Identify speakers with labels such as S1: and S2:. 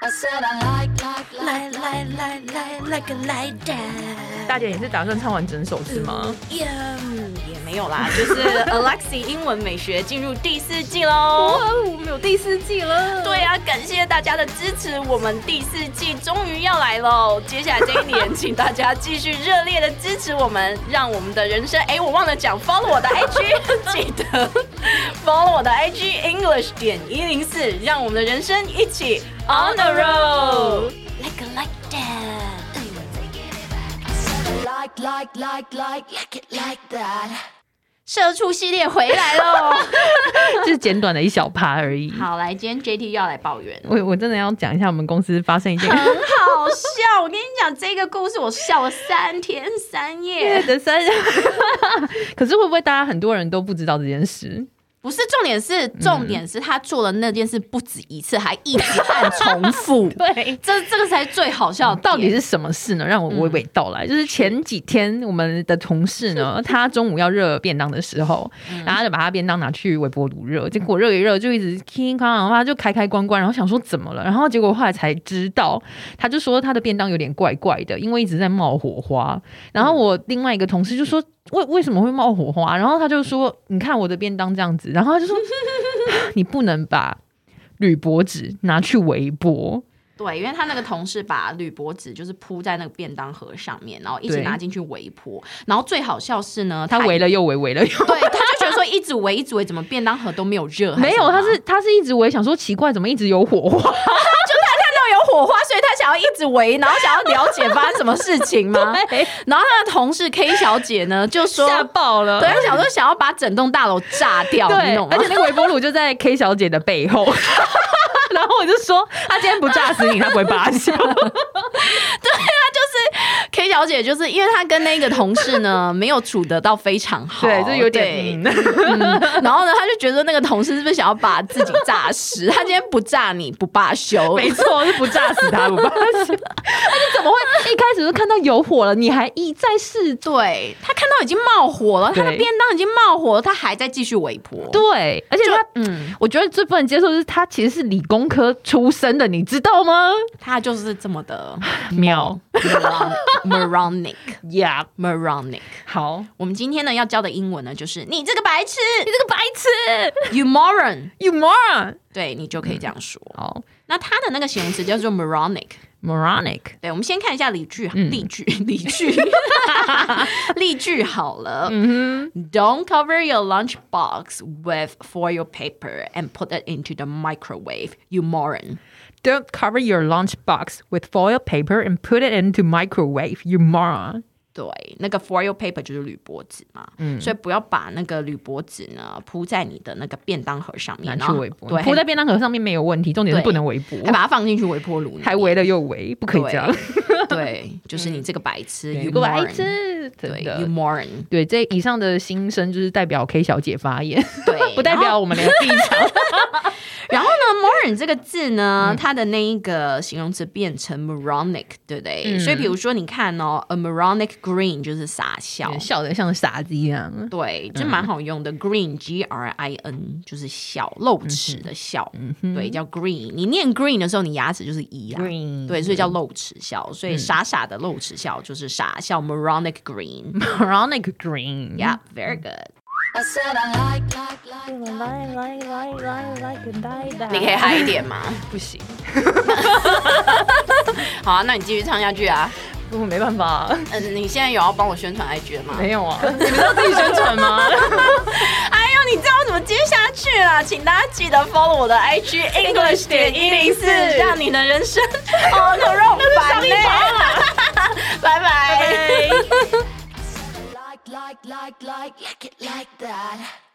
S1: I said I like, like, like,
S2: like like like like like that。
S3: 大姐，你是打算唱完整首是吗？
S4: 也没有啦，就是 Alexi 英文美学进入第四季喽。
S3: 我们有第四季了。
S4: 对啊，感谢大家的支持，我们第四季终于要来喽！接下来这一年，请大家继续热烈的支持我们，让我们的人生……哎，我忘了讲，follow 我的 IG，记得 follow 我的 IG English 点一零四，让我们的人生一起 on the road。
S2: like a like that。
S1: I said I like, like, like, like, like it like that.
S4: 社畜系列回来喽！
S3: 就是简短的一小趴而已。
S4: 好，来，今天 JT 要来抱怨。
S3: 我我真的要讲一下我们公司发生一件
S4: 很好笑，我跟你讲这个故事，我笑了三天三夜。
S3: 的生日， 可是会不会大家很多人都不知道这件事？。
S4: 不是重点是，重点是他做了那件事不止一次，还一直按重复
S3: 对，
S4: 这这个才是最好笑的点，
S3: 到底是什么事呢？让我娓娓道来。就是前几天我们的同事呢，他中午要热便当的时候，然后他就把他便当拿去微波炉热，结果热一热就一直叮哐，然后他就开开关关，然后想说怎么了，然后结果后来才知道，他就说他的便当有点怪怪的，因为一直在冒火花。然后我另外一个同事就说。为为什么会冒火花？然后他就说：“你看我的便当这样子。”然后他就说：“ 你不能把铝箔纸拿去微波。”
S4: 对，因为他那个同事把铝箔纸就是铺在那个便当盒上面，然后一直
S3: 对
S4: 拿进去围破。然后最好笑是呢，
S3: 他围
S4: 了，
S3: 了又围，围了又围
S4: 对，他就觉得说一直围一直围，怎么便当盒都没有热？还
S3: 没
S4: 什
S3: 有，
S4: 么啊
S3: 他是他是一直我也想说奇怪，怎么一直有火花？
S4: 看到有火花，所以他想要一直围，然后想要了解发生什么事 情吗？然后他的同事 K 小姐呢就啊说，
S3: 吓爆了！
S4: 对，她想说想要把整栋大楼炸掉，你
S3: 对，
S4: 懂吗
S3: 而？且那个微波炉就在 K 小姐的背后。 然后我就说，他今天不炸死你，他不会罢 休。
S4: K 小姐就是因为她跟那个同 事呢没有处得到非常好，
S3: 对，就有点、嗯、
S4: 哦对 然后呢，她就觉得那个同事是不是想要把自己炸死？她今天不炸你不罢休，
S3: 没错，是不炸死他不罢休。而且怎么会一开始就看到有火了，你还一再试做？
S4: 对她看到已经冒火了，她的
S3: 对
S4: 便当已经冒火了，她还在继续微波，
S3: 对，而且
S4: 就
S3: 他。
S4: 嗯，
S3: 我觉得最不能接受的是他其实是理工科出身的，你知道吗？
S4: 她就是这么的
S3: 秒
S4: moronic
S3: yeah，
S4: moronic。
S3: 好
S4: 我们今天呢要教的英文呢，就是你这个白痴
S3: 这个白痴
S4: ，you moron，
S3: ，you moron。哦
S4: 对你就可
S3: 嗯
S4: 以这样说。
S3: 好
S4: 那它的那个形容词叫做 moronic。
S3: ，moronic，
S4: 对，我们先看一下例句，
S3: 嗯
S4: 例句， 例句，例句好了。
S3: 嗯
S4: Don't cover your lunch box with foil paper and put it into the microwave, you moron.
S3: Don't cover your lunch box with foil paper and put it into microwave, you moron.
S4: 对，那个 foil paper 就是铝箔纸嘛，
S3: 嗯
S4: 所以不要把那个铝�箔纸呢铺在你的那个便当盒上面，
S3: 拿
S4: 然
S3: 去
S4: 后
S3: 微波，
S4: 对，
S3: 铺在便当盒上面没有问题，重点是
S4: 对
S3: 不能微波，
S4: 还把它放进去微波炉里面，
S3: 还围了又围，不可以这样。
S4: 对，就是你这个白痴
S3: 对
S4: ，you
S3: 不好意
S4: moron
S3: 思，真
S4: 对，you
S3: 的。
S4: moron，
S3: 对，这以上的心声就是代表 K 小姐发言，
S4: 对，
S3: 不代
S4: 然后
S3: 表我们两个立场。
S4: 然后呢 ，moron 这个字
S3: 嗯
S4: 呢，它的那一个形容词变成 moronic，对不对？
S3: 嗯
S4: 所以比如说，你看哦，a moronic green 就是傻笑，
S3: 笑嗯得像傻子一样。
S4: 对，就蛮好用的。green g r i n 就是笑，露齿
S3: 嗯
S4: 的笑，对，叫 green。你念 green 的时候，你牙齿就是一啊。
S3: Green 嗯
S4: 对，所以叫露齿笑，所以傻傻的露齿笑就是傻笑，moronic
S3: 嗯
S4: green。
S3: Moronic green，
S4: Yeah，very
S3: 嗯
S4: good。
S1: I said I like, like, like, like.
S2: Like like like like like that。
S4: 你可以啊嗨一点吗？
S3: 不行，
S4: 好啊，那你继续唱下去啊。
S3: 我没办法，
S4: 嗯，你现在有要帮我宣传 IG 的吗？
S3: 没有啊，你们要自己宣传吗？
S4: 哎呦，你知道我怎么接下去啦？请大家记得 follow 我的 IG English 点一零四，让你的人生 哦，那让我烦呢。 拜拜。
S1: Like, like, like, like, like it